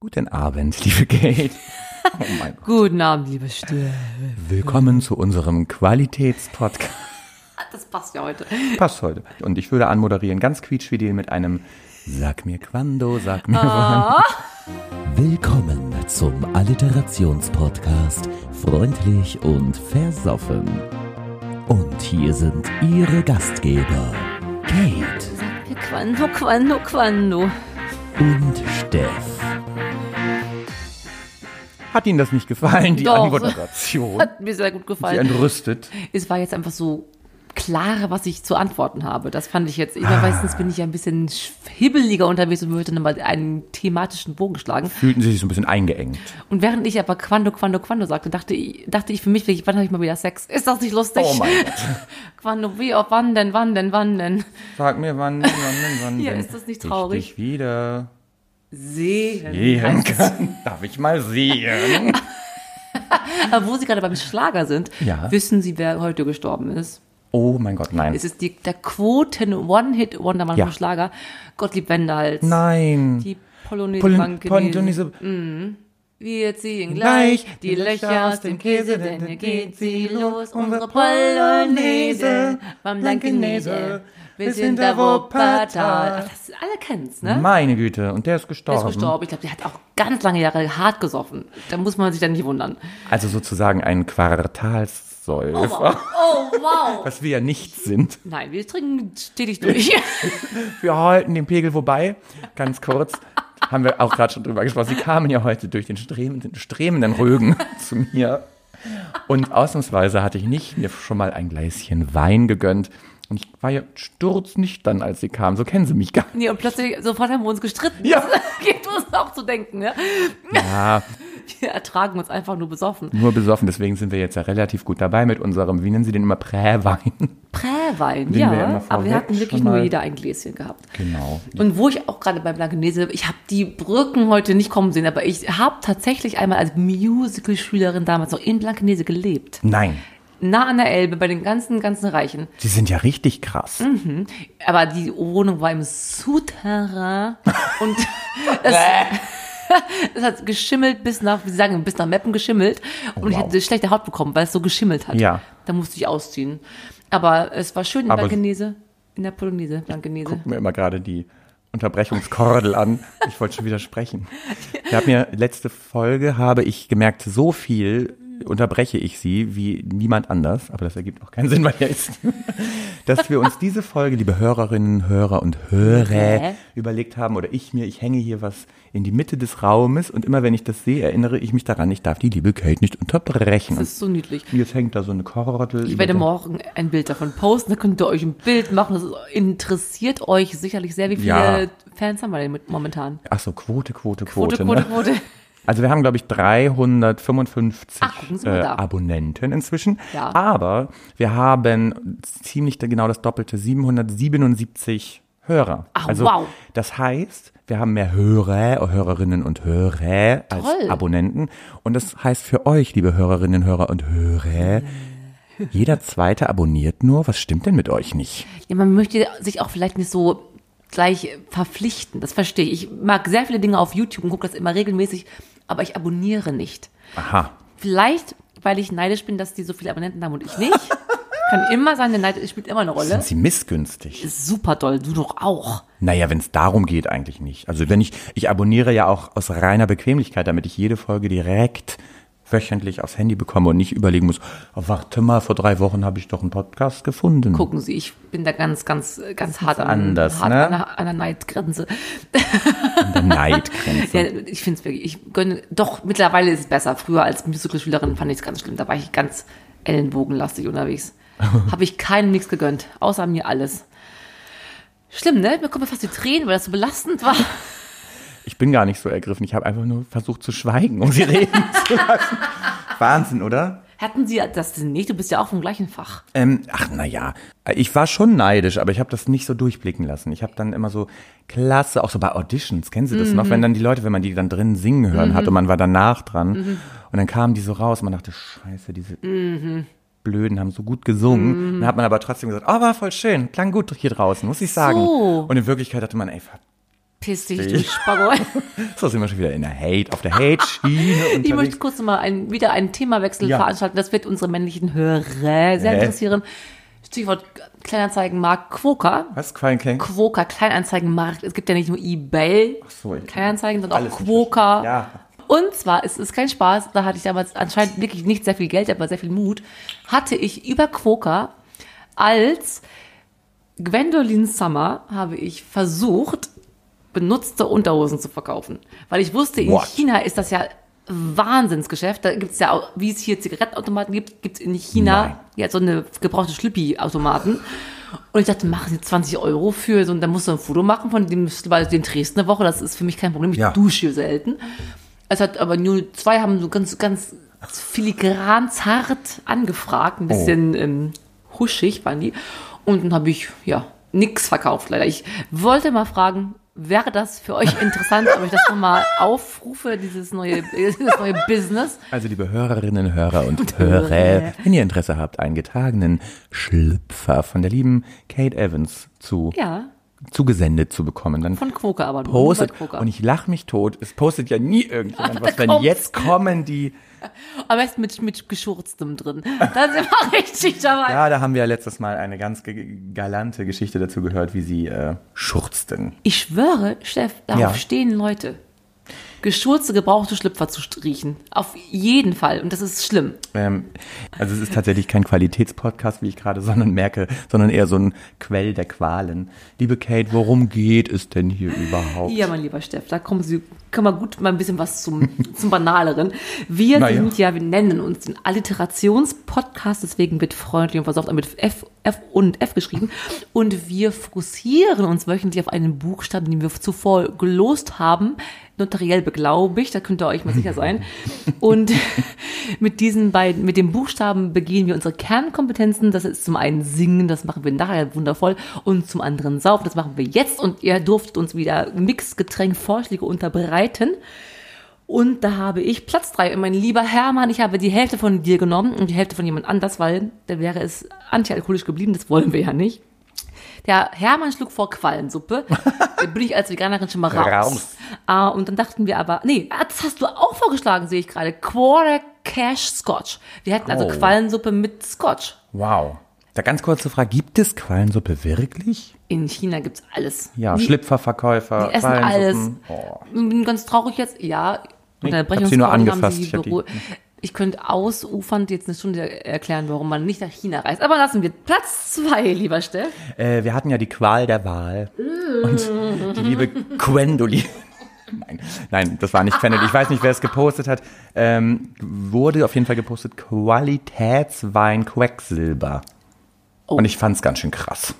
Guten Abend, liebe Kate. Oh mein Gott. Guten Abend, liebe Stür. Willkommen zu unserem Qualitätspodcast. Das passt ja heute. Passt heute. Und ich würde anmoderieren, ganz quietschfidel mit einem Sag mir quando, sag mir Ah. wann. Willkommen zum Alliterationspodcast Freundlich und Versoffen. Und hier sind Ihre Gastgeber, Kate Sag mir Quando, Quando, Quando. und Steff. Hat Ihnen das nicht gefallen, die Doch. Anmoderation? Hat mir sehr gut Sie gefallen. entrüstet. Es war jetzt einfach so klar, was ich zu antworten habe. Das fand ich jetzt. Ich Ah. meine, meistens bin ich ja ein bisschen sch- hibbeliger unterwegs und würde dann mal einen thematischen Bogen schlagen. Fühlten Sie sich so ein bisschen eingeengt. Und während ich aber Quando, Quando, Quando sagte, dachte ich, dachte ich für mich, wirklich, wann habe ich mal wieder Sex? Ist das nicht lustig? Oh mein Gott. Quando, wie, auf wann denn, wann denn, wann denn? Sag mir wann, wann, wann, wann. Hier, denn ist das nicht ich traurig? dich wieder Sehen. sehen kann. Darf ich mal sehen? Aber wo Sie gerade beim Schlager sind, Ja. wissen Sie, wer heute gestorben ist? Oh mein Gott, nein. Es ist die, der Quoten One-Hit-Wondermann Ja. vom Schlager, Gottlieb Wenderhals. Nein. Die Polonaise Polin- Polin Polin- Wir ziehen gleich die Löcher aus dem Käse, denn hier geht sie los, unsere Polonaise. Beim Blankenese bis hinter Wuppertal. Ach, das, alle kennt's, ne? Meine Güte, und der ist Der gestorben. ist gestorben. Ich glaube, der hat auch ganz lange Jahre hart gesoffen. Da muss man sich dann nicht wundern. Also sozusagen ein Quartalssäufer, Oh, wow. was wir ja nicht sind. Nein, wir trinken stetig durch. Wir halten den Pegel vorbei, ganz kurz. Haben wir auch gerade schon drüber gesprochen. Sie kamen ja heute durch den stremenden, stremenden Rögen zu mir. Und ausnahmsweise hatte ich nicht mir schon mal ein Gläschen Wein gegönnt. Und ich war ja sturznüchtern, als sie kamen. So kennen sie mich gar nicht. Nee, und plötzlich, sofort haben wir uns gestritten. Ja. Das gibt uns auch zu denken, ne? Ja, Wir ertragen uns einfach nur besoffen. nur besoffen. Deswegen sind wir jetzt ja relativ gut dabei mit unserem, wie nennen sie den immer, Präwein. Präwein, Den ja. wir immer aber wir vorweg hatten wirklich schon nur mal- jeder ein Gläschen gehabt. Genau. Und wo ich auch gerade beim Blankenese, ich habe die Brücken heute nicht kommen sehen, aber ich habe tatsächlich einmal als Musical-Schülerin damals noch in Blankenese gelebt. Nein, Nah an der Elbe, bei den ganzen, ganzen Reichen. sie sind ja richtig krass. Aber die Wohnung war im Souterrain und es, es hat geschimmelt bis nach, wie sie sagen, bis nach Meppen geschimmelt. Und ich Oh, wow. hatte schlechte Haut bekommen, weil es so geschimmelt hat. Ja. Da musste ich ausziehen. Aber es war schön in Aber- Blankenese, in der Polonaise, Blankenese. gucke mir immer gerade die Unterbrechungskordel an. Ich wollte schon wieder sprechen. Ich habe mir letzte Folge habe ich gemerkt, so viel unterbreche ich sie wie niemand anders, aber das ergibt auch keinen Sinn, weil er ist, dass wir uns diese Folge, liebe Hörerinnen, Hörer und Hörer, Hä? überlegt haben oder ich mir, ich hänge hier was in die Mitte des Raumes und immer wenn ich das sehe, erinnere ich mich daran, ich darf die liebe Kate nicht unterbrechen. Das ist so niedlich. Und jetzt hängt da so eine Kordel. Ich werde morgen ein Bild davon posten, da könnt ihr euch ein Bild machen. Das interessiert euch sicherlich sehr, wie viele Ja. Fans haben wir denn mit momentan? Ach so, Quote, Quote, Quote. Quote, Quote, ne? Quote. Also wir haben, glaube ich, 355 Ach, gucken Sie mal äh, da. Abonnenten inzwischen. Ja. Aber wir haben ziemlich genau das doppelte, 777 Hörer. Ach, also wow. das heißt, wir haben mehr Hörer, Hörerinnen und Hörer als Toll. Abonnenten. Und das heißt für euch, liebe Hörerinnen, Hörer und Hörer, jeder zweite abonniert nur. Was stimmt denn mit euch nicht? Ja, man möchte sich auch vielleicht nicht so gleich äh, verpflichten. Das verstehe ich. Ich mag sehr viele Dinge auf YouTube und gucke das immer regelmäßig, aber ich abonniere nicht. Aha. Vielleicht, weil ich neidisch bin, dass die so viele Abonnenten haben und ich nicht. Kann immer sein, der Neid spielt immer eine Rolle. Sind sie missgünstig? Ist super doll, du doch auch. Naja, wenn es darum geht, eigentlich nicht. Also wenn ich, ich abonniere ja auch aus reiner Bequemlichkeit, damit ich jede Folge direkt wöchentlich aufs Handy bekomme und nicht überlegen muss, oh, warte mal, vor drei Wochen habe ich doch einen Podcast gefunden. Gucken Sie, ich bin da ganz, ganz, äh, ganz hart, an, anders, hart ne? an, der, an der Neidgrenze. An der Neidgrenze. Ja, ich finde es wirklich, ich gönne, doch, mittlerweile ist es besser. Früher als Musical-Schülerin fand ich es ganz schlimm. Da war ich ganz ellenbogenlastig unterwegs. Habe ich keinem nichts gegönnt, außer mir alles. Schlimm, ne? Mir kommen fast die Tränen, weil das so belastend war. Ich bin gar nicht so ergriffen. Ich habe einfach nur versucht zu schweigen, um sie reden zu lassen. Wahnsinn, oder? Hatten sie das denn nicht? Du bist ja auch vom gleichen Fach. Ähm, ach naja, ich war schon neidisch, aber ich habe das nicht so durchblicken lassen. Ich habe dann immer so klasse, auch so bei Auditions, kennen Sie das Mhm. noch, wenn dann die Leute, wenn man die dann drin singen hören hat und man war danach dran Mhm. und dann kamen die so raus, man dachte, scheiße, diese Mhm. Blöden haben so gut gesungen. Dann hat man aber trotzdem gesagt, oh, war voll schön, klang gut hier draußen, muss ich sagen. So. Und in Wirklichkeit dachte man, ey, Piss dich, du Spago. So sind wir schon wieder in der Hate, auf der Hate-Schiene Ich möchte unterwegs. kurz mal ein, wieder einen Themawechsel Ja. veranstalten. Das wird unsere männlichen Hörer sehr Hä? interessieren. Stichwort Kleinanzeigenmarkt Quoka. Was, Quallenking? Quoka, Kleinanzeigenmarkt. Es gibt ja nicht nur Ebay, so, ich- Kleinanzeigen, sondern Alles auch nicht Quoka. verstanden. Und zwar, es ist kein Spaß, da hatte ich damals anscheinend wirklich nicht sehr viel Geld, aber sehr viel Mut, hatte ich über Quoka als Gwendolyn Summer habe ich versucht, benutzte Unterhosen zu verkaufen. Weil ich wusste, in What? China ist das ja Wahnsinnsgeschäft. Da gibt es ja, auch, wie es hier Zigarettenautomaten gibt, gibt es in China Nein. ja so eine gebrauchte Schlüppi-Automaten. Und ich dachte, machen Sie 20 Euro für so, und dann musst du ein Foto machen von dem, weil den drehst eine Woche, das ist für mich kein Problem. Ich Ja. dusche selten. Es hat aber nur zwei haben so ganz, ganz filigran zart angefragt, ein bisschen Oh. ähm, huschig waren die. Und dann habe ich, ja, nichts verkauft leider. Ich wollte mal fragen, wäre das für euch interessant, ob ich das nochmal aufrufe, dieses neue, dieses neue Business? Also liebe Hörerinnen, Hörer und Hörer, wenn ihr Interesse habt, einen getragenen Schlüpfer von der lieben Kate Evans zu, Ja, zugesendet zu bekommen, dann von Quoker aber. nur postet, bei Quoker. und ich lache mich tot, es postet ja nie irgendjemand was, wenn kommt's. jetzt kommen die, Am besten mit, mit Geschurztem drin. Da sind wir richtig dabei. ja, da haben wir ja letztes Mal eine ganz ge- galante Geschichte dazu gehört, wie sie äh, schurzten. Ich schwöre, Chef, darauf Ja. stehen Leute. Geschürzte, gebrauchte Schlüpfer zu riechen. Auf jeden Fall. Und das ist schlimm. Ähm, also es ist tatsächlich kein Qualitätspodcast, wie ich gerade sondern merke, sondern eher so ein Quell der Qualen. Liebe Kate, worum geht es denn hier überhaupt? Ja, mein lieber Steff, da kommen Sie, kann man gut mal ein bisschen was zum, zum Banaleren. Wir Na ja. sind ja, wir nennen uns den Alliterationspodcast, deswegen wird freundlich und versorgt mit F, F und F geschrieben. Und wir frustrieren uns wöchentlich auf einen Buchstaben, den wir zuvor gelost haben, notariell beglaubigt, da könnt ihr euch mal sicher sein. Und mit diesen beiden, mit dem Buchstaben begehen wir unsere Kernkompetenzen. Das ist zum einen Singen, das machen wir nachher wundervoll, und zum anderen Saufen, das machen wir jetzt. Und ihr durftet uns wieder Mixgetränk-Vorschläge unterbreiten. Und da habe ich Platz drei. Und mein lieber Hermann, ich habe die Hälfte von dir genommen und die Hälfte von jemand anders, weil da wäre es antialkoholisch geblieben. Das wollen wir ja nicht. Der Hermann schlug vor Quallensuppe. da bin ich als Veganerin schon mal raus. Raus. Ah, und dann dachten wir aber, nee, ah, das hast du auch vorgeschlagen, sehe ich gerade. Quarter Cash Scotch. Wir hatten also Oh. Quallensuppe mit Scotch. Wow. Da ganz kurze Frage, gibt es Quallensuppe wirklich? In China gibt's alles. Ja, Die- Schlüpferverkäufer, Die essen alles. Quallensuppen. Oh. Ich bin ganz traurig jetzt. Ja, Ich hab sie nur angefasst, ich hab die- hm. Beru- Ich könnte ausufernd jetzt eine Stunde erklären, warum man nicht nach China reist. Aber lassen wir Platz zwei, lieber Steff. Äh, wir hatten ja die Qual der Wahl. Mm. Und die liebe Quendolin. Nein, nein, das war nicht Quendolin. Ich weiß nicht, wer es gepostet hat. Ähm, wurde auf jeden Fall gepostet Qualitätswein Quecksilber. Oh. Und ich fand es ganz schön krass.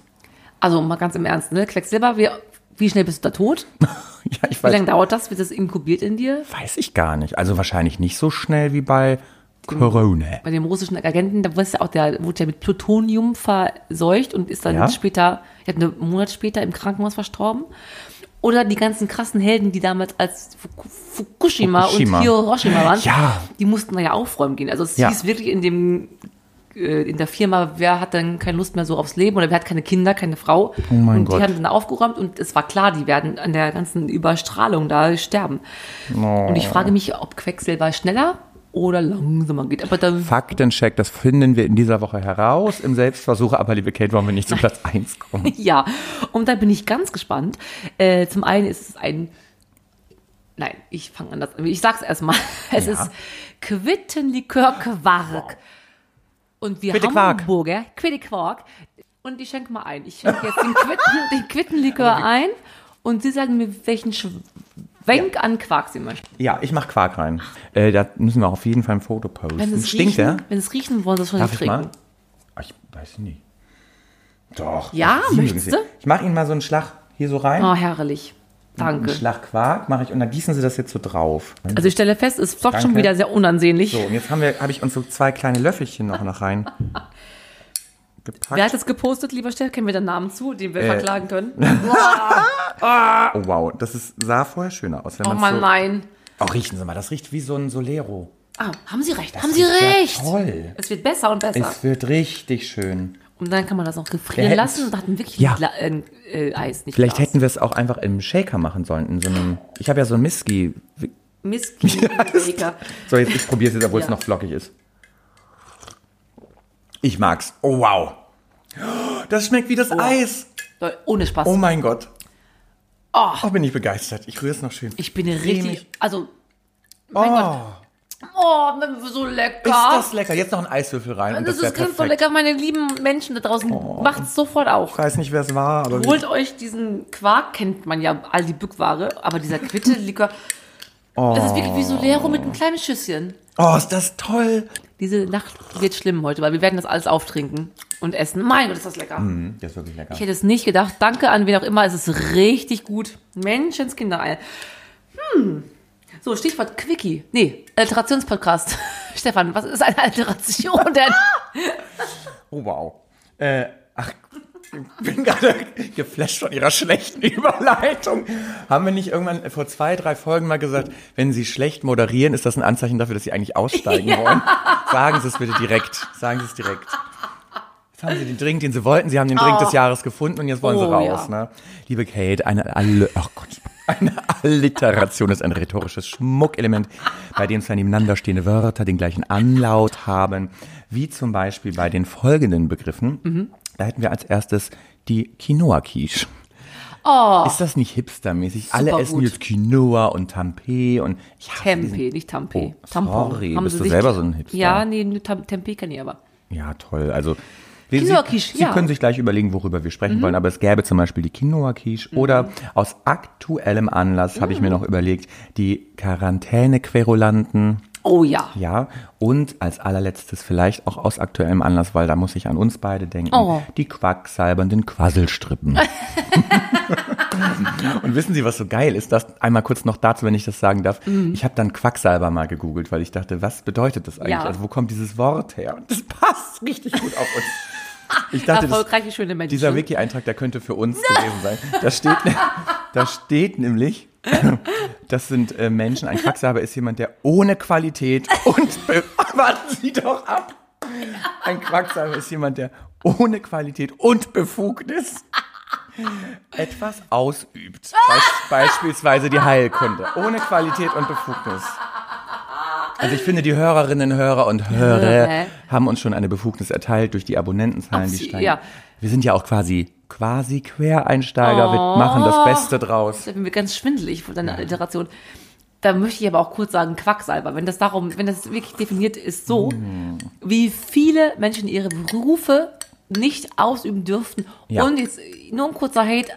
Also mal ganz im Ernst, ne? Quecksilber, wie, wie schnell bist du da tot? Ja, ich Wie weiß, lange dauert das, bis das inkubiert in dir? weiß ich gar nicht. Also wahrscheinlich nicht so schnell wie bei Corona. Bei dem russischen Agenten, da wurde ja auch der, wurde ja mit Plutonium verseucht und ist dann Ja. später, ich glaube, einen Monat später im Krankenhaus verstorben. Oder die ganzen krassen Helden, die damals als Fuku- Fukushima, Fukushima. und Hiroshima waren, Ja. die mussten da ja aufräumen gehen. Also es Ja. hieß wirklich in dem äh, in der Firma, wer hat dann keine Lust mehr so aufs Leben oder wer hat keine Kinder, keine Frau. Oh mein und Gott. die haben dann aufgeräumt und es war klar, die werden an der ganzen Überstrahlung da sterben. Und Oh. ich frage mich, ob Quecksilber schneller oder langsamer geht. Aber dann Faktencheck, das finden wir in dieser Woche heraus im Selbstversuch. Aber liebe Kate, wollen wir nicht zu Platz 1 kommen? Ja, und da bin ich ganz gespannt. Äh, zum einen ist es ein. Nein, ich fange anders an. Ich sag's erstmal. Es Ja. ist Quittenlikör Quark. Und wir Quitte Quark. Hamburger, Quitte Quark. Und ich schenke mal ein. Ich schenke jetzt den, Quitten, den Quittenlikör ein und Sie sagen mir, welchen Schwenk an Quark Sie möchten. Ja, ich mach Quark rein. Äh, da müssen wir auf jeden Fall ein Foto posten. Wenn es, Stinkt der? riechen, wenn es riechen, wollen Sie es schon Darf nicht ich trinken. mal? Ah, Ich weiß nicht. Doch. Ja, Sie möchtest mögen sie. du? Ich mache Ihnen mal so einen Schlag hier so rein. Oh, herrlich. Einen Danke. Schlag Quark mache ich und dann gießen Sie das jetzt so drauf. Also ich stelle fest, es ist doch schon Danke. wieder sehr unansehnlich. So, und jetzt haben wir, habe ich uns so zwei kleine Löffelchen noch, noch rein Wer gepackt. hat das gepostet, lieber Steff? Kennen wir den Namen zu, den Äh, wir verklagen können? Oh wow, das ist, sah vorher schöner aus. Wenn Oh man's Mann, so, nein. Oh, riechen Sie mal, das riecht wie so ein Solero. Ah, haben Sie recht, Das haben Sie riecht ja recht. toll. Es wird besser und besser. Es wird richtig schön. Und dann kann man das noch gefrieren Wir lassen hätten's- und hat dann wirklich Ja. ein Gla äh, äh, Eis. Nicht Vielleicht Glas. hätten wir es auch einfach im Shaker machen sollen. In so einem, ich habe ja so einen Miski. Mistkäfer. So, jetzt, ich probiere es jetzt, obwohl es Ja. noch flockig ist. Ich mag's. Oh, wow. Das schmeckt wie das Oh. Eis. Leute, Ohne Spaß. Oh mein Gott. Oh. bin ich begeistert. Ich rühre es noch schön. ich bin richtig, also, oh, mein oh, so lecker. ist das lecker. Jetzt noch ein Eiswürfel rein. Und das das, ist wäre klingt so perfekt. Oh. lecker, meine lieben Menschen da draußen. Macht's sofort auch. Ich weiß nicht, wer es war, aber Holt euch diesen Quark, kennt man ja, all die Bückware, aber dieser Quitte-Likör, das ist wirklich wie Solero mit einem kleinen Schüsschen. oh, ist das toll. Diese Nacht wird schlimm heute, weil wir werden das alles auftrinken und essen. Mein Gott, ist das lecker. Das Hm, ist wirklich lecker. Ich hätte es nicht gedacht. Danke an wen auch immer. Es ist richtig gut. Menschenskinder. Hm. So, Stichwort Quickie. Nee, Alterationspodcast. Stefan, was ist eine Alteration denn? Oh, wow. Äh, ach, ich bin gerade geflasht von ihrer schlechten Überleitung. Haben wir nicht irgendwann vor zwei, drei Folgen mal gesagt, wenn Sie schlecht moderieren, ist das ein Anzeichen dafür, dass Sie eigentlich aussteigen wollen? Sagen Sie es bitte direkt. Sagen Sie es direkt. Jetzt haben Sie den Drink, den Sie wollten. Sie haben den Drink des Jahres gefunden und jetzt wollen Sie Oh, raus. ja. Ne? Liebe Kate, eine, Alle oh Gott, eine Alliteration ist ein rhetorisches Schmuckelement, bei dem zwei nebeneinanderstehende Wörter den gleichen Anlaut haben, wie zum Beispiel bei den folgenden Begriffen. Mhm. Da hätten wir als erstes die Quinoa-Quiche. Oh. Ist das nicht hipstermäßig? Alle Super essen gut. jetzt Quinoa und Tempeh und ich hasse Tempe, diesen- nicht Tampe. Oh, sorry, bist du selber so ein Hipster? Ja, nee, nur Tam- Tempe kann ich aber. Ja, toll. Also wir- Quinoa-Quiche, Sie, ja. Sie können sich gleich überlegen, worüber wir sprechen wollen, aber es gäbe zum Beispiel die Quinoa-Quiche oder aus aktuellem Anlass habe ich mir noch überlegt, die Quarantäne-Querulanten, Oh ja. ja, und als allerletztes vielleicht auch aus aktuellem Anlass, weil da muss ich an uns beide denken, Oh. die quacksalbernden Quasselstrippen. und wissen Sie, was so geil ist? Das einmal kurz noch dazu, wenn ich das sagen darf. Ich habe dann Quacksalber mal gegoogelt, weil ich dachte, was bedeutet das eigentlich? Mhm. Ja. Also wo kommt dieses Wort her? Und das passt richtig gut auf uns. Ich dachte, das, Erfolgreiche, schöne Menschen. dieser Wiki-Eintrag, der könnte für uns gewesen sein. Da steht, ne-, da steht nämlich, das sind äh, Menschen, ein Quacksalber ist jemand, der ohne Qualität und Be- warten Sie doch ab. Ein Quacksalber ist jemand, der ohne Qualität und Befugnis etwas ausübt. Beisp- beispielsweise die Heilkunde. Ohne Qualität und Befugnis. Also ich finde, die Hörerinnen, Hörer und Hörer Hörer. haben uns schon eine Befugnis erteilt durch die Abonnentenzahlen, die Absolut, steigen. ja. Wir sind ja auch quasi, quasi Quereinsteiger. Wir Oh. machen das Beste draus. Das wird mir ganz schwindelig von deiner Alliteration. Da möchte ich aber auch kurz sagen, Quacksalber. Wenn das darum, wenn das wirklich definiert ist, so, Hm. wie viele Menschen ihre Berufe nicht ausüben dürften. Ja. Und jetzt nur ein kurzer Hate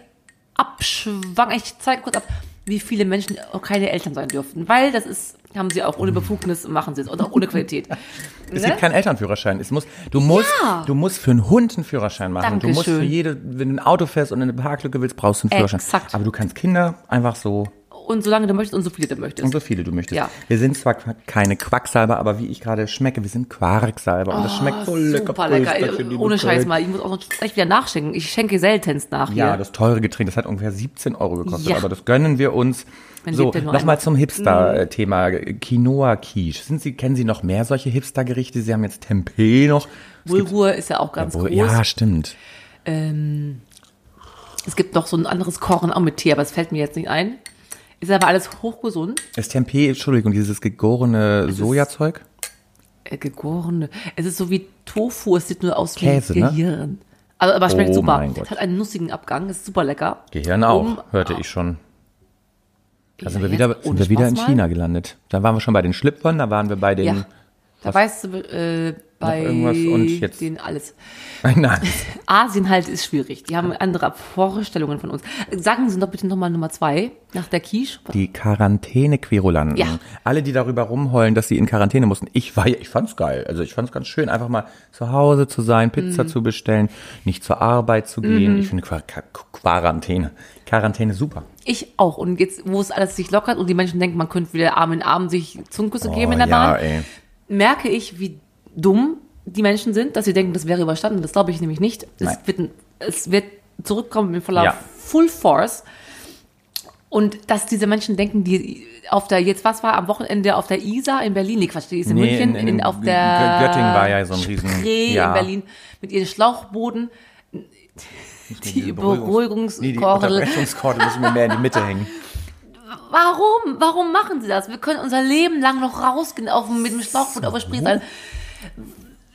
abschwang. Ich zeige kurz ab, wie viele Menschen auch keine Eltern sein dürften. Weil das ist, haben sie auch ohne Befugnis, machen sie es. Und auch ohne Qualität. Hm. Es Ne? gibt keinen Elternführerschein. Es muss, du musst, Ja. du musst für einen Hund einen Führerschein machen. Du musst für Dankeschön. jede, wenn du ein Auto fährst und in eine Parklücke willst, brauchst du einen Führerschein. Exakt. Aber du kannst Kinder einfach so Und solange du möchtest und so viele du möchtest. Und so viele du möchtest. Ja. Wir sind zwar qua- keine Quacksalber, aber wie ich gerade schmecke, wir sind Quarksalber. und das schmeckt so lecker. Oh, Super lecker. Prösterchen, liebe Ohne Scheiß Köln. mal. Ich muss auch noch gleich wieder nachschenken. Ich schenke seltenst nach. Ja, hier. das teure Getränk, das hat ungefähr 17 Euro gekostet, Ja. aber das gönnen wir uns. Man so, lebt ja nur nochmal einmal. Mhm. zum Hipster-Thema. Quinoa-Quiche. Sind Sie, kennen Sie noch mehr solche Hipster-Gerichte? Sie haben jetzt Tempeh noch. Bulgur ist ja auch ganz Wo- groß. Ja, stimmt. Ähm, es gibt noch so ein anderes Kochen auch mit Tee, aber es fällt mir jetzt nicht ein. Ist aber alles hochgesund. Das Tempeh, Entschuldigung, dieses gegorene Sojazeug? Äh, gegorene. Es ist so wie Tofu, es sieht nur aus wie Käse, ne? Gehirn. Also, aber schmeckt Oh super. mein Gott. Es hat einen nussigen Abgang, ist super lecker. Gehirn auch, Um- hörte ich schon. Da sind Ja, wir wieder, jetzt sind ohne wir wieder Spaß in mal. China gelandet. Da waren wir schon bei den Schlüpfern, da waren wir bei den Ja. Da weißt du, äh, bei irgendwas und jetzt- denen alles. Nein. Asien halt ist schwierig. Die haben andere Vorstellungen von uns. Sagen Sie doch bitte nochmal Nummer zwei nach der Quiche. Die Quarantäne-Querulanten. Ja. Alle, die darüber rumheulen, dass sie in Quarantäne mussten. Ich war, ja- ich fand's geil. Also ich fand's ganz schön, einfach mal zu Hause zu sein, Mhm. Pizza zu bestellen, nicht zur Arbeit zu gehen. Ich finde Quar Quar- Quarantäne, Quarantäne super. Ich auch. Und jetzt, wo es alles sich lockert und die Menschen denken, man könnte wieder Arm in Arm sich Zungenküsse geben in der Bahn, Oh, ey. merke ich, wie dumm die Menschen sind, dass sie denken, das wäre überstanden. Das glaube ich nämlich nicht. Nein. Es wird, ein- es wird zurückkommen in voller Ja. Full Force. Und dass diese Menschen denken, die auf der, jetzt was war am Wochenende auf der Isar in Berlin, nee Quatsch, die ist in München, in, auf Gö- der Göttingen war ja so ein riesen... Spree ja. in Berlin mit ihren Schlauchbooten, die Beruhigungs- Nee, die Kordel. Unterbrechungskordel muss ich mir mehr in die Mitte hängen. Warum? Warum machen sie das? Wir können unser Leben lang noch rausgehen auf, dem- mit dem Schlauchboot auf der Spree sein.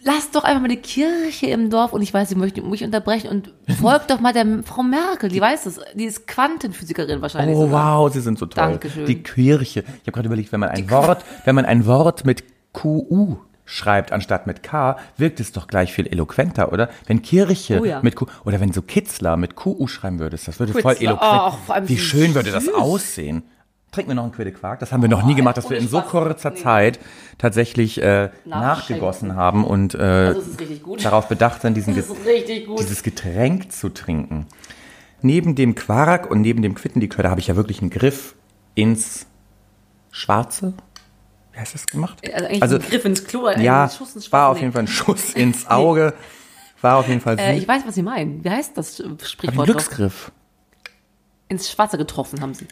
Lasst doch einfach mal die Kirche im Dorf und ich weiß, sie möchten mich unterbrechen und folgt doch mal der Frau Merkel, die weiß es. Die ist Quantenphysikerin wahrscheinlich. Oh sogar. wow, sie sind so toll. Dankeschön. Die Kirche. Ich habe gerade überlegt, wenn man ein Wort, wenn man ein Wort mit QU schreibt anstatt mit K, wirkt es doch gleich viel eloquenter, oder? Wenn Kirche Oh ja. mit Q oder wenn so Kitzler mit QU schreiben würdest, das würde voll Kitzler. eloquent. Ach, vor allem Wie so schön würde das süß. aussehen? Trinken wir noch einen Quidde Quark? Das haben wir noch nie gemacht, dass wir in so ohne Spaß. kurzer Nee. Zeit tatsächlich äh, nachgegossen haben und äh, das Also, ist richtig gut. darauf bedacht sind, diesen Das Ge- ist richtig gut. dieses Getränk zu trinken. Neben dem Quark und neben dem Quittenlikör, da habe ich ja wirklich einen Griff ins Schwarze. Wie heißt das gemacht? also eigentlich ein Griff ins Klo, ein ja, Schuss ins war Schwarze. auf jeden Fall ein Schuss ins Auge. War auf jeden Fall Äh, süß. ich weiß, was Sie meinen. Wie heißt das äh, Hab einen Sprichwort? doch? Glücksgriff. Ins Schwarze getroffen haben Sie.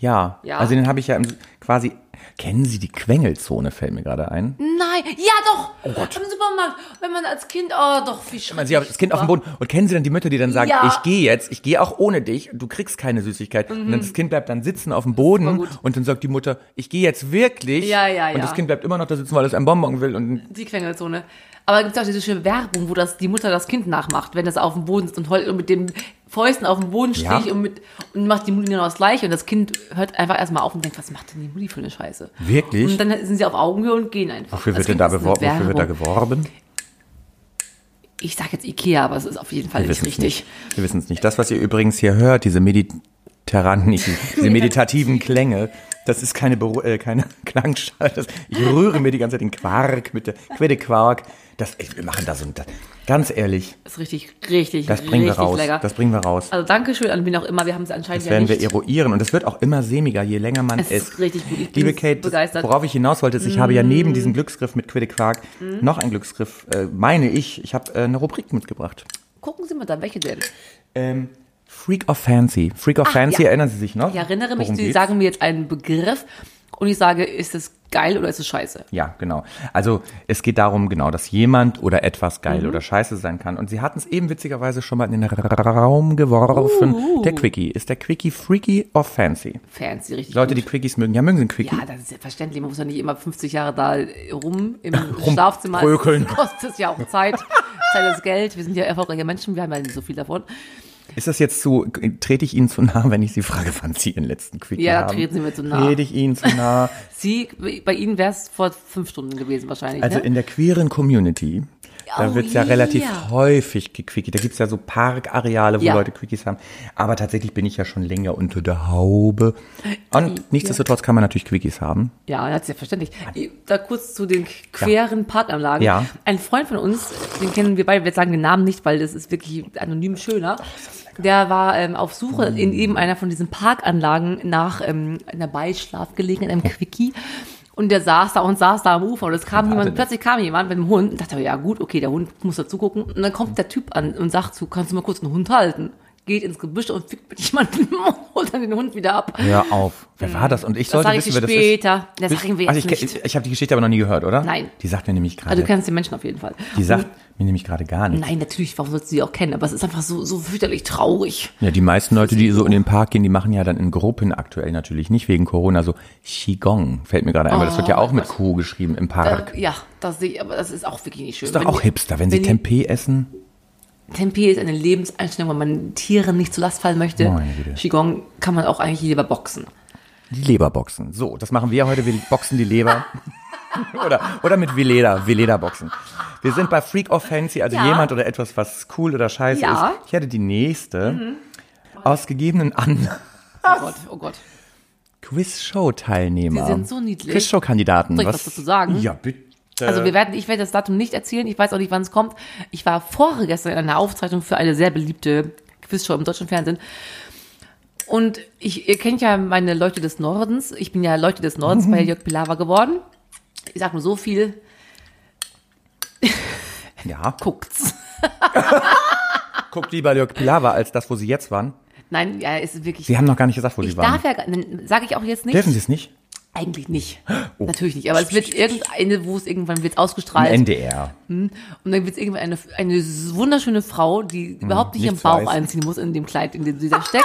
Ja. Ja. Also den habe ich ja im, quasi. Kennen Sie die Quengelzone, fällt mir gerade ein. Nein, ja doch. Im Supermarkt, wenn man als Kind, oh doch, wie schrecklich. Man sieht das Kind auf dem Boden. Und kennen Sie dann die Mütter, die dann sagen, Ja. ich gehe jetzt, ich gehe auch ohne dich, du kriegst keine Süßigkeit. Und dann das Kind bleibt dann sitzen auf dem Boden Mhm. gut. und dann sagt die Mutter, ich gehe jetzt wirklich. Ja, ja, und ja. das Kind bleibt immer noch da sitzen, weil es ein Bonbon will. Und Die Quengelzone. Aber gibt es auch diese schöne Werbung, wo das die Mutter das Kind nachmacht, wenn das auf dem Boden sitzt und heult und mit den Fäusten auf dem Boden Ja. sticht und, mit, und macht die Mutti genau das Gleiche und das Kind hört einfach erstmal auf und denkt, was macht denn die Mutti für eine Scheiße? Wirklich? Und dann sind sie auf Augenhöhe und gehen einfach. wofür Das wird denn Kind da ist eine beworben? Wofür wird da Werbung. geworben? Ich sag jetzt Ikea, aber es ist auf jeden Fall Wir nicht wissen es richtig. nicht. Wir wissen es nicht. Das, was ihr übrigens hier hört, diese mediterranen, nicht, diese meditativen Klänge, das ist keine, Beru äh, keine Klangschale. Das, ich rühre mir die ganze Zeit den Quark mit der Quidde Quark. Das, ey, wir machen das und das. Ganz ehrlich, Das ist richtig, richtig, das bringen wir richtig raus. lecker. Das bringen wir raus. also Dankeschön an wen auch immer. Wir haben es anscheinend Das ja werden wir nicht. eruieren und es wird auch immer sämiger, je länger man Es es. ist richtig gut. Ich bin Liebe Kate, begeistert. Mm. worauf ich hinaus wollte, ist, ich habe ja neben diesem Glücksgriff mit Quidde Quark noch einen Glücksgriff, äh, meine ich. Ich habe äh, eine Rubrik mitgebracht. Gucken Sie mal da, welche denn? Ähm, Freak of Fancy. Freak of Fancy, Ah, ja. erinnern Sie sich noch? Ich erinnere mich, Worum Sie geht's? sagen mir jetzt einen Begriff und ich sage, ist es geil oder ist es scheiße? Ja, genau. Also es geht darum, genau, dass jemand oder etwas geil Mhm. oder scheiße sein kann. Und sie hatten es eben witzigerweise schon mal in den Raum geworfen. Der Uh. Quickie. Ist der Quickie freaky or fancy? Fans, die richtig. Leute, die Quickies mögen, ja, mögen sie einen Quickie. ja, das ist selbstverständlich. Man muss ja nicht immer 50 Jahre da rum im Rum- Schlafzimmer. brökeln. Das kostet ja auch Zeit. Zeit ist Geld. Wir sind ja erfolgreiche Menschen. Wir haben ja nicht so viel davon. Ist das jetzt zu, trete ich Ihnen zu nah, wenn ich Sie frage, wann Sie Ihren letzten Quickie Ja, haben? treten Sie mir zu nah. Trete ich Ihnen zu nah. Sie, bei Ihnen wäre es vor fünf Stunden gewesen wahrscheinlich. Also ne? in der queeren Community, da Oh, wird's ja ja. relativ häufig gequickied. Da gibt's ja so Parkareale, wo Ja. Leute Quickies haben. Aber tatsächlich bin ich ja schon länger unter der Haube. Äh, Und nichtsdestotrotz kann man natürlich Quickies haben. Ja, das ist ja verständlich. Da kurz zu den queren Parkanlagen. Ja. Ein Freund von uns, den kennen wir beide, wir sagen den Namen nicht, weil das ist wirklich anonym schöner. Der war ähm, auf Suche Hm. in eben einer von diesen Parkanlagen nach ähm, einer Beischlafgelegenheit, Hm. einem Quickie. Und der saß da und saß da am Ufer und es kam Warte, jemand, ne? plötzlich kam jemand mit dem Hund und dachte, ja gut, okay, der Hund muss dazu gucken. Und dann Hm. kommt der Typ an und sagt so, kannst du mal kurz den Hund halten? Geht ins Gebüsch und fickt mit jemandem und holt dann den Hund wieder ab. Hör auf. Wer war das? Und ich Das sollte sage Hm. ich wissen, dir wer das ist. später. Das sagen wir jetzt also ich, nicht. ich habe die Geschichte aber noch nie gehört, oder? Nein. Die sagt mir nämlich gerade. Also du kennst den Menschen auf jeden Fall. die sagt mir nämlich gerade gar nichts. Nein, natürlich, warum sollst du sie auch kennen? Aber es ist einfach so, so fürchterlich traurig. Ja, die meisten Leute, die so in den Park gehen, die machen ja dann in Gruppen aktuell natürlich nicht wegen Corona so Qigong, fällt mir gerade ein, weil das wird ja auch mit Q geschrieben im Park. Äh, ja, das sehe ich, aber das ist auch wirklich nicht schön. ist doch auch Hipster, wenn sie Tempeh essen. Tempeh ist eine Lebenseinstellung, wenn man Tieren nicht zur Last fallen möchte. Meine Güte. Qigong kann man auch eigentlich lieber boxen. Oh Die Leberboxen. So, das machen wir heute. Wir boxen die Leber. oder, oder mit Veleda. Veleda boxen. Wir sind bei Freak of Fancy, also Ja. jemand oder etwas, was cool oder scheiße Ja. Mhm. ist. Ich hätte die nächste. Aus gegebenen Anlass. Ah. Oh Gott, oh Gott. Quizshow-Teilnehmer. Sie sind so niedlich. Quizshow-Kandidaten. Soll ich was dazu sagen? Ja, bitte. Also wir werden, ich werde das Datum nicht erzählen, ich weiß auch nicht, wann es kommt. Ich war vorgestern in einer Aufzeichnung für eine sehr beliebte Quizshow im deutschen Fernsehen. Und ich, ihr kennt ja meine Leute des Nordens. Ich bin ja Leute des Nordens Mhm. bei Jörg Pilawa geworden. Ich sag nur so viel, ja. guckt's. Guckt lieber Jörg Pilawa als das, wo sie jetzt waren. Nein, ja, es ist wirklich. Sie haben noch gar nicht gesagt, wo ich Sie waren. darf ja, sage ich auch jetzt nicht. Dürfen Sie Oh. es nicht? Eigentlich nicht. Natürlich nicht. Aber es wird irgendeine, wo es irgendwann wird ausgestrahlt. NDR. Und dann wird es irgendwann eine, eine wunderschöne Frau, die überhaupt nicht ihren Hm, nichts Bauch weiß. einziehen muss in dem Kleid, in dem sie da steckt,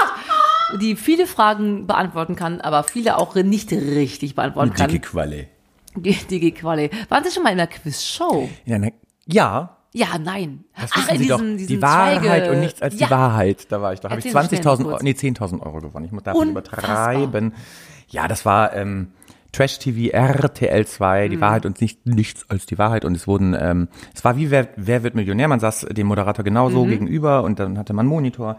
die viele Fragen beantworten kann, aber viele auch nicht richtig beantworten Dicke kann. Qualle. Die, die G-Quali. Waren Sie schon mal in einer Quiz-Show? In einer, ja, Ja, nein. das wissen Sie doch. die Wahrheit Ah, Zweige- und nichts als ja, die Wahrheit. Da war ich, da habe ich Erzählen Sie schnell 20.000, kurz. Euro- nee, 10.000 Euro gewonnen. Ich muss da Unfassbar. übertreiben. Ja, das war ähm, Trash TV RTL 2, Mhm. die Wahrheit und nicht, nichts als die Wahrheit. Und es wurden, ähm, es war wie wer, wer wird Millionär? Man saß dem Moderator genauso Mhm. gegenüber und dann hatte man einen Monitor.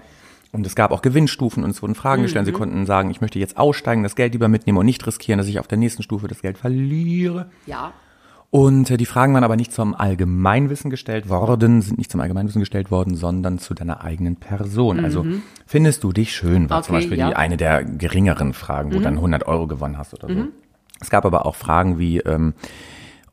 Und es gab auch Gewinnstufen und es wurden Fragen gestellt. Mhm. Sie konnten sagen, ich möchte jetzt aussteigen, das Geld lieber mitnehmen und nicht riskieren, dass ich auf der nächsten Stufe das Geld verliere. Ja. Und äh, die Fragen waren aber nicht zum Allgemeinwissen gestellt worden, sind nicht zum Allgemeinwissen gestellt worden, sondern zu deiner eigenen Person. Also findest du dich schön, war zum Mhm. Okay, Beispiel die ja. Mhm. eine der geringeren Fragen, wo du dann 100 Euro gewonnen hast oder so. Es gab aber auch Fragen wie, ähm,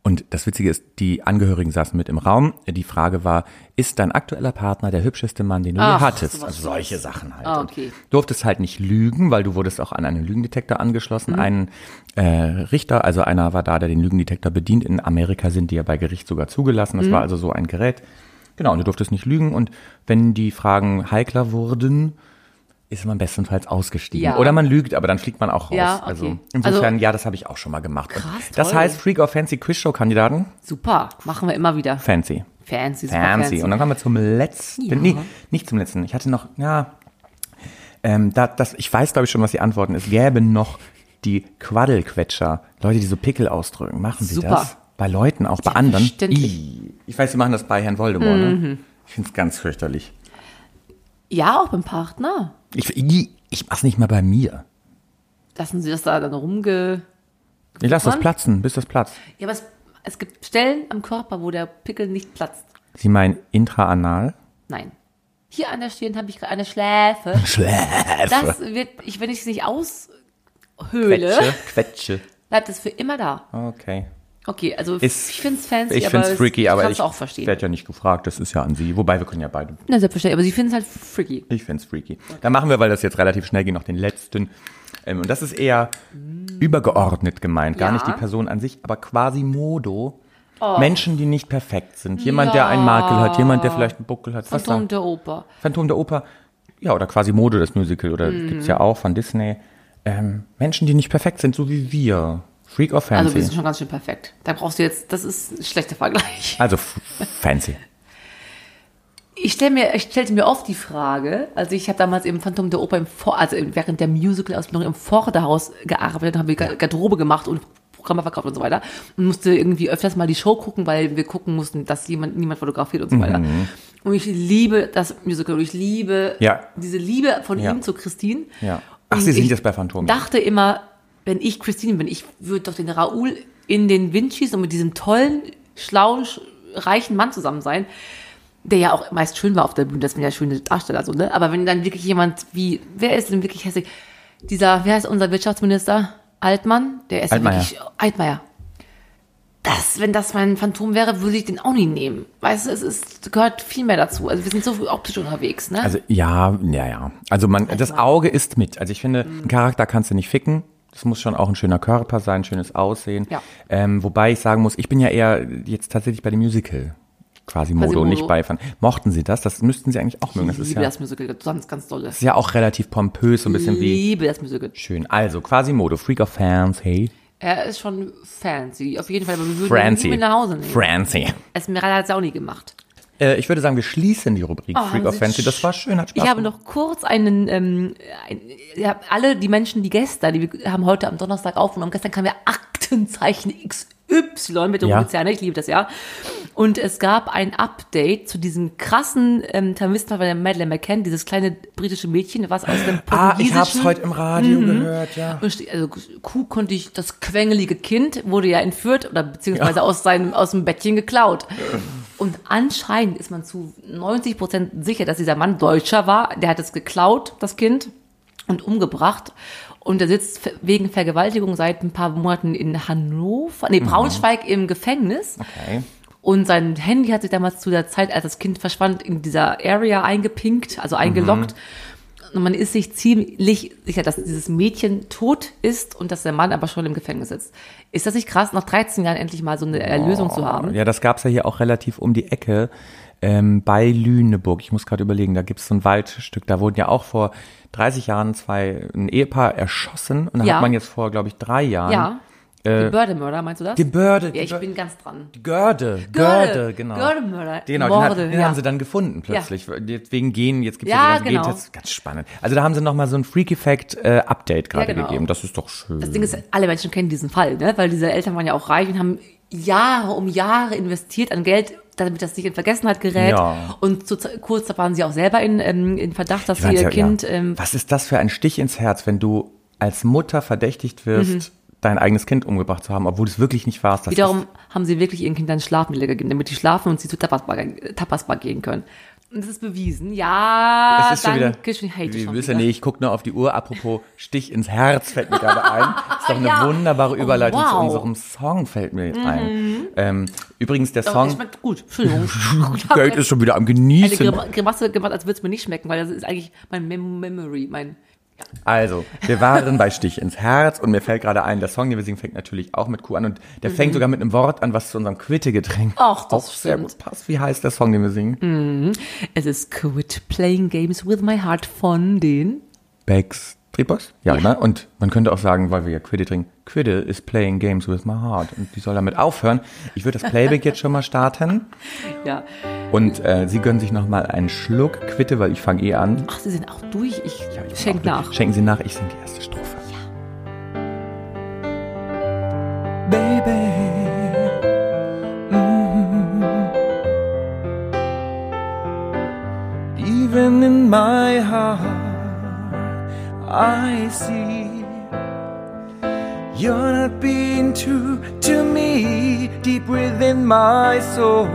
und das Witzige ist, die Angehörigen saßen mit im Raum. Die Frage war, ist dein aktueller Partner der hübscheste Mann, den du je Ach, hattest? sowas Also solche Sachen halt. Ah, Und okay. durftest halt nicht lügen, weil du wurdest auch an einen Lügendetektor angeschlossen. Mhm. Ein äh, Richter, also einer war da, der den Lügendetektor bedient. In Amerika sind die ja bei Gericht sogar zugelassen. Das Mhm. war also so ein Gerät. Genau, und du durftest nicht lügen. Und wenn die Fragen heikler wurden, ist man bestenfalls ausgestiegen. Ja. Oder man lügt, aber dann fliegt man auch raus. Ja, okay. Also insofern, Also- ja, das habe ich auch schon mal gemacht. Und Krass, das toll. heißt Freak or Fancy Quizshow-Kandidaten. Super. Machen wir immer wieder. Fancy. Fancy. super Fancy. Und dann kommen wir zum letzten. Ja. Nee, nicht zum letzten. Ich hatte noch, ja. Ähm, da, das, ich weiß, glaube ich, schon, was die Antworten ist. Gäbe noch die Quaddelquetscher. Leute, die so Pickel ausdrücken. Machen sie Super. das? Bei Leuten, auch bei anderen. verständlich. Mhm. Ih. Ich weiß, sie machen das bei Herrn Voldemort. Ne? Ich finde es ganz fürchterlich. Ja, auch beim Partner. Ich, ich, ich mach's nicht mal bei mir. Lassen Sie das da dann rumge... Ich lasse das Mann. platzen, bis das platzt. Ja, aber es, es gibt Stellen am Körper, wo der Pickel nicht platzt. Sie meinen intraanal? Nein. Hier an der Stirn habe ich gerade eine Schläfe. Schläfe. Das wird, ich, wenn ich es nicht aushöhle, Quetsche, Quetsche. bleibt es für immer da. Okay. Okay, also Ist- ich finde es fancy, Ich aber finde es freaky, aber kann ich es auch verstehen. werde ja nicht gefragt. Das ist ja an Sie. Wobei, wir können ja beide. Na, selbstverständlich, aber sie finden es halt freaky. Ich finde es freaky. Dann machen wir, weil das jetzt relativ schnell geht, noch den letzten. Ähm, und das ist eher übergeordnet gemeint. Gar Ja. Oh. nicht die Person an sich, aber quasi Modo. Menschen, die nicht perfekt sind. Jemand, der einen Ja. Makel hat. Jemand, der vielleicht einen Buckel hat. Was Phantom da- der Oper. Phantom der Oper, ja, oder quasi Mode, das Musical, oder Mhm. gibt's ja auch von Disney. Ähm, Menschen, die nicht perfekt sind, so wie wir. Freak or Also Fancy. wir sind schon ganz schön perfekt. Da brauchst du jetzt, das ist ein schlechter Vergleich. Also, f- fancy. Ich, stell mir, ich stellte mir oft die Frage, also ich habe damals im Phantom der Oper, im Vor, also im- während der Musical-Ausbildung im Vorderhaus gearbeitet, habe Gar- Garderobe gemacht und Programme verkauft und so weiter und musste irgendwie öfters mal die Show gucken, weil wir gucken mussten, dass jemand, niemand fotografiert und so weiter. Und ich liebe das Musical und ich liebe Mhm. Ja. diese Liebe von Ja. ihm zu Christine. Ja. Ach, Und Sie sind ich jetzt bei Phantom, ja. dachte immer, wenn ich Christine bin, ich würde doch den Raoul in den Wind schießen und mit diesem tollen, schlauen, sch- reichen Mann zusammen sein der ja auch meist schön war auf der Bühne, das sind ja schöne Darsteller so, ne? Aber wenn dann wirklich jemand wie, wer ist denn wirklich hässlich? Dieser, wer ist unser Wirtschaftsminister? Altmann? Der ist ja Altmaier. wirklich Altmaier. Das, wenn das mein Phantom wäre, würde ich den auch nie nehmen. Weißt du, es ist, gehört viel mehr dazu. Also wir sind so früh optisch unterwegs, ne? Also, ja, ja, ja. Also, man, das Auge ist mit. Also, ich finde, einen Charakter kannst du nicht ficken. Das muss schon auch ein schöner Körper sein, schönes Aussehen. Ja. Ähm, wobei ich sagen muss, ich bin ja eher jetzt tatsächlich bei dem Musical. Quasi Modo, Quasimodo. nicht bei Fan. Mochten Sie das? Das müssten Sie eigentlich auch mögen. Das ich ist liebe ja, das Musical, ganz, ganz doll. ist ja auch relativ pompös, so ein bisschen wie liebe das Musical. Schön. Also, quasi Modo. Freak of Fans, hey. Er ist schon fancy, auf jeden Fall, aber wir würden ihn nie Francie. mit nach Hause nehmen. Francie. Esmeralda hat es auch nie gemacht. Äh, ich würde sagen, wir schließen die Rubrik Freak haben of Sie Fancy. Das war schön, hat Spaß Oh, also Ich habe gemacht. noch kurz einen, ähm, ein, ja, alle die Menschen, die gestern, die wir haben heute am Donnerstag aufgenommen, gestern kam ja Aktenzeichen XY mit dem Ja. ja. ich liebe das ja. Und es gab ein Update zu diesem krassen ähm, Terroristen von Madeleine McCann, dieses kleine britische Mädchen, was aus dem Ah, ich hab's portugiesischen- heute im Mhm. Radio gehört, ja. und ste- Also Kuh konnte ich, das quengelige Kind wurde ja entführt oder beziehungsweise aus, seinem, aus dem Bettchen geklaut. Und anscheinend ist man zu 90 Prozent sicher, dass dieser Mann Deutscher war. Der hat es geklaut, das Kind, und umgebracht. Und er sitzt fe- wegen Vergewaltigung seit ein paar Monaten in Hannover, nee, Braunschweig im Gefängnis. Okay. Und sein Handy hat sich damals zu der Zeit, als das Kind verschwand, in dieser Area eingepinkt, also eingeloggt. Mhm. Und man ist sich ziemlich sicher, dass dieses Mädchen tot ist und dass der Mann aber schon im Gefängnis sitzt. Ist das nicht krass, nach 13 Jahren endlich mal so eine Erlösung Oh, zu haben? Mhm. Ja, das gab's ja hier auch relativ um die Ecke ähm, bei Lüneburg. Ich muss gerade überlegen, da gibt's so ein Waldstück. Da wurden ja auch vor 30 Jahren zwei ein Ehepaar erschossen und da Ja. hat man jetzt vor, glaube ich, drei Jahren. Ja. Äh, Gebürdemörder, meinst du das? Gebörde. ja, ich Gebör- bin ganz dran. die Görde, Görde, genau. Gördemörder. Genau, den, Morde, hat, den ja. haben sie dann gefunden plötzlich. Jetzt wegen Gen, jetzt gibt es ja, den Ja, ganzen genau. Gentest. Ganz spannend. Also da haben sie nochmal so ein Freak-Effect-Update gerade genau. gegeben. Das ist doch schön. Das Ding ist, alle Menschen kennen diesen Fall, ne? weil diese Eltern waren ja auch reich und haben Jahre um Jahre investiert an Geld, damit das nicht in Vergessenheit gerät. Ja. Und zu, kurz da waren sie auch selber in, ähm, in Verdacht, dass Ich sie fand's ihr ja- Kind. ja. Ähm, Was ist das für ein Stich ins Herz, wenn du als Mutter verdächtigt wirst, dein eigenes Kind umgebracht zu haben, obwohl du es wirklich nicht warst? Das Mhm. wiederum haben sie wirklich ihren Kindern Schlafmittel gegeben, damit die schlafen und sie zu Tapasbar, Tapasbar gehen können. Und das ist bewiesen. Ja, ah, ist, es ist schon wieder. danke schön. Hate wir schon wissen wieder. nicht, ich gucke nur auf die Uhr. Apropos Stich ins Herz fällt mir gerade ein. Ist doch eine Ja. wunderbare Oh, Überleitung zu wow. Mhm. unserem Song, fällt mir jetzt ein. Ähm, übrigens, der Aber es Song. schmeckt gut. Entschuldigung. Ich hab Geld ist schon wieder am eine Genießen. Grima- Grimasse gemacht, als würde es mir nicht schmecken, weil das ist eigentlich mein Mem Memory, mein Also, wir waren bei Stich ins Herz und mir fällt gerade ein, der Song, den wir singen, fängt natürlich auch mit Q an und der fängt sogar mit einem Wort an, was zu unserem Quitte-Getränk Mhm. Ach, das auch sehr stimmt. Mhm. gut passt. Wie heißt der Song, den wir singen? Es ist Quit Playing Games with My Heart von den. Becks Tripos? Ja, ne? Und man könnte auch sagen, weil wir ja Quitte trinken, Quitte is playing games with my heart und die soll damit aufhören. Ich würde das Playback jetzt schon mal starten Ja. und äh, Sie gönnen sich nochmal einen Schluck Quitte, weil ich fange eh an. Ach, sie sind auch durch. Ich Ja, ich schenk mach- nach. Schenken Sie nach, ich singe die erste Strophe. Baby, mm-hmm. mm, even in my heart, I see you're not being true to me. Deep within my soul,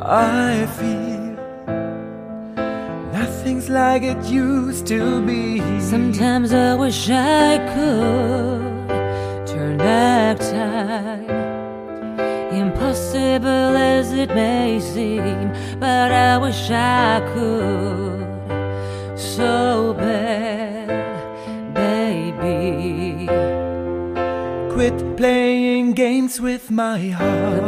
I feel nothing's like it used to be. Sometimes I wish I could turn back time. Impossible as it may seem, but I wish I could so bad, baby. Quit playing games with my heart.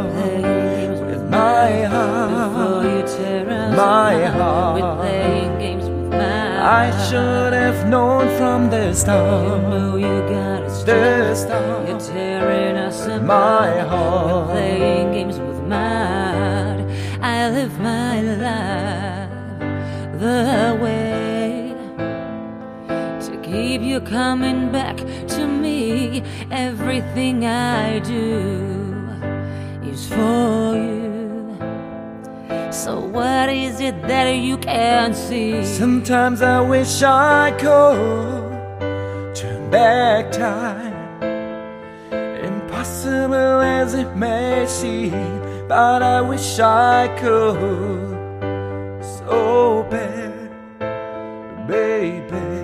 With my Before heart. you tear us My apart heart. with playing games with my I heart. should have known from the start. know you got it stuck. The You're start. tearing us apart My heart. playing games with my heart. I live my life the way to keep you coming back to me. Everything I do is for you. So what is it that you can't see? Sometimes I wish I could turn back time. Impossible as it may seem, but I wish I could so bad, baby.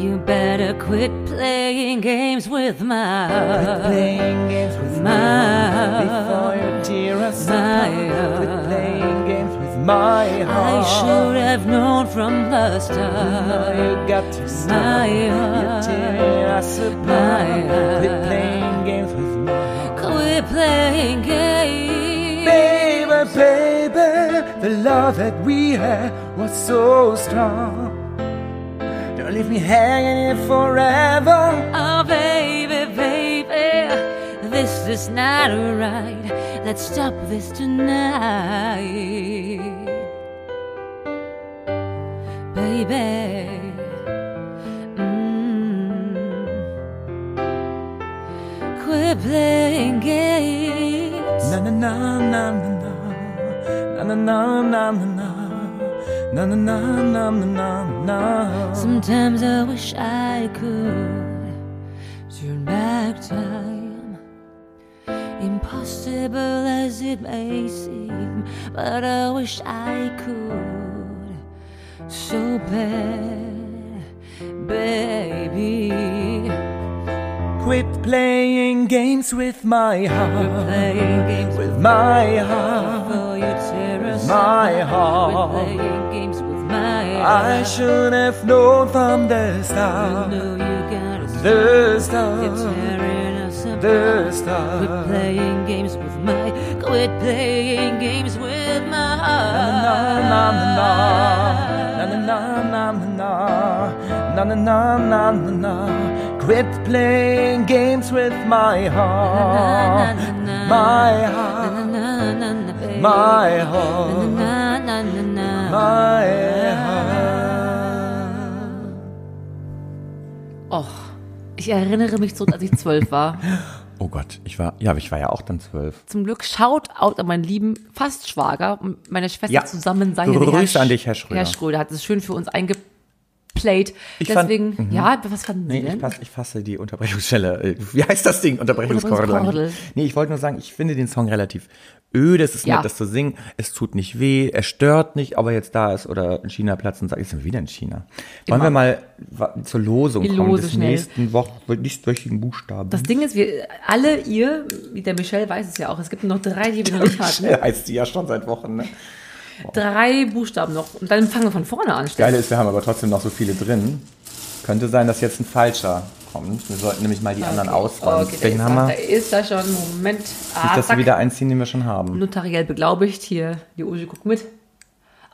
You better quit playing games with my heart. playing games with my before you tear us my apart. Quit heart. playing games with my I heart. should have known from the Now start. You got to stop. My You tear us apart. heart. Quit playing games with my heart. Quit playing games. Baby, baby, the love that we had was so strong. Don't leave me hanging here forever. Oh, baby, baby, this is not right. Let's stop this tonight. Baby. Mm. Quit playing games. Na na na na na na na na na na na na na na na na na Sometimes I wish I could turn back time. Impossible as it may seem, but I wish I could so bad, baby. Quit playing games with my heart Playing games With my heart before you tear us My apart. heart. We're playing games with my I should have known from the I start, know you got us the You're start, tearing us apart. the Quit start. playing games with my Quit playing games with my Na, na, na, heart na, na, na, na, na, na, na, na, na, na. Quit playing games with my heart, my heart, my heart. My heart. Och, Oh, ich erinnere mich zurück, als ich zwölf war. Oh Gott, ich war, ja, aber ich war ja auch dann zwölf. Zum Glück schaut out an meinen lieben Fastschwager und meine Schwester Ja. zusammen sei hier der Grüße Herr an dich, Herr Schröder. Herr Schröder hat es schön für uns eingeplayt. fand- Mhm. Deswegen, ja, was fanden Sie Nee, ich, denn? pass, ich fasse die Unterbrechungsstelle. äh, Wie heißt das Ding? Unterbrechungskordel. Unterbrechungskordel. Nee, ich wollte nur sagen, ich finde den Song relativ öde. Es ist Ja. nett, das zu singen. Es tut nicht weh. Er stört nicht, ob er jetzt da ist oder in China platzt und sagt, ich bin wieder in China. Wollen wir mal wa- zur Losung Die kommen Lose des schnell. nächsten Wochen, nächstwöchigen Buchstaben. Das Ding ist, wir alle ihr, wie der Michelle weiß es ja auch, es gibt noch drei, die wir noch nicht hatten. schnell heißt die ja schon seit Wochen. Ne? Drei Buchstaben noch. Und dann fangen wir von vorne an. Geile ist, wir haben aber trotzdem noch so viele drin. Könnte sein, dass jetzt ein falscher kommt. Wir sollten nämlich mal die anderen ausräumen. Ah, Okay, Welchen da haben wir? ist, Da ist da schon. Moment. Nicht, Ah, dass wir zack. wieder eins ziehen, den wir schon haben. Notariell beglaubigt. Hier, die Uji guckt mit.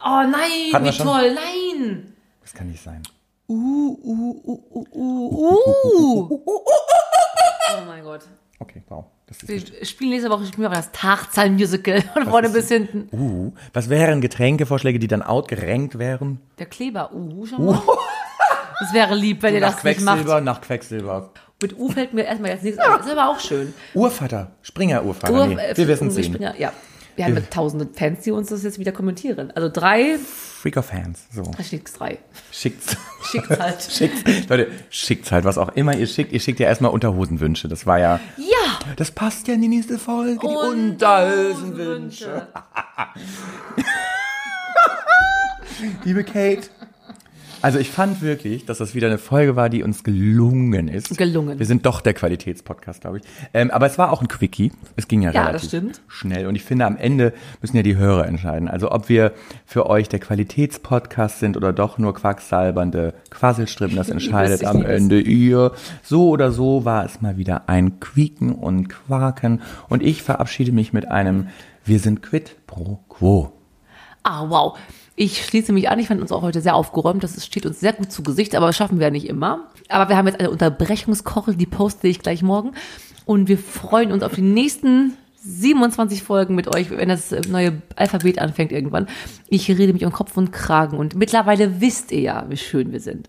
Oh nein, Hatten wir wie schon? toll, nein. Das kann nicht sein. Uh, uh, uh, uh, uh, uh. Oh mein Gott. Okay, wow. Das ist Wir nicht spielen nächste Woche spielen wir das Tarzan-Musical von vorne ist bis hinten. uh, was wären Getränkevorschläge, die dann outgerankt wären? Der Kleber, uh, schon mal. Das wäre lieb, wenn ihr das nicht macht. nach Quecksilber. Mit U fällt mir erstmal jetzt nichts ein. Das ist aber auch schön. Urvater, Springer Urvater. Ur- nee, äh, wir wissen es Ulrich sehen. Springer, Ja. Wir haben ja tausende Fans, die uns das jetzt wieder kommentieren. Also drei, Freak of Hands. So. da steht's drei. Schickt's. Schickt's halt. schickt's. Leute, schickt's halt, was auch immer ihr schickt. Ihr schickt ja erstmal Unterhosenwünsche. Das war ja. Ja! Das passt ja in die nächste Folge. Die Unterhosenwünsche. Unterhosenwünsche. Liebe Kate. Also ich fand wirklich, dass das wieder eine Folge war, die uns gelungen ist. Gelungen. Wir sind doch der Qualitätspodcast, glaube ich. Ähm, aber es war auch ein Quickie. Es ging ja, Ja, relativ das stimmt. schnell. Und ich finde, am Ende müssen ja die Hörer entscheiden. Also ob wir für euch der Qualitätspodcast sind oder doch nur quacksalbernde Quasselstrippen, das entscheidet ich am liebe es. Ende ihr. So oder so war es mal wieder ein Quieken und Quaken. Und ich verabschiede mich mit einem Wir sind quid pro quo. Ah, wow. Ich schließe mich an. Ich fand uns auch heute sehr aufgeräumt. Das steht uns sehr gut zu Gesicht, aber das schaffen wir ja nicht immer. Aber wir haben jetzt eine Unterbrechungskochel, die poste ich gleich morgen. Und wir freuen uns auf die nächsten 27 Folgen mit euch, wenn das neue Alphabet anfängt irgendwann. Ich rede mich um Kopf und Kragen und mittlerweile wisst ihr ja, wie schön wir sind.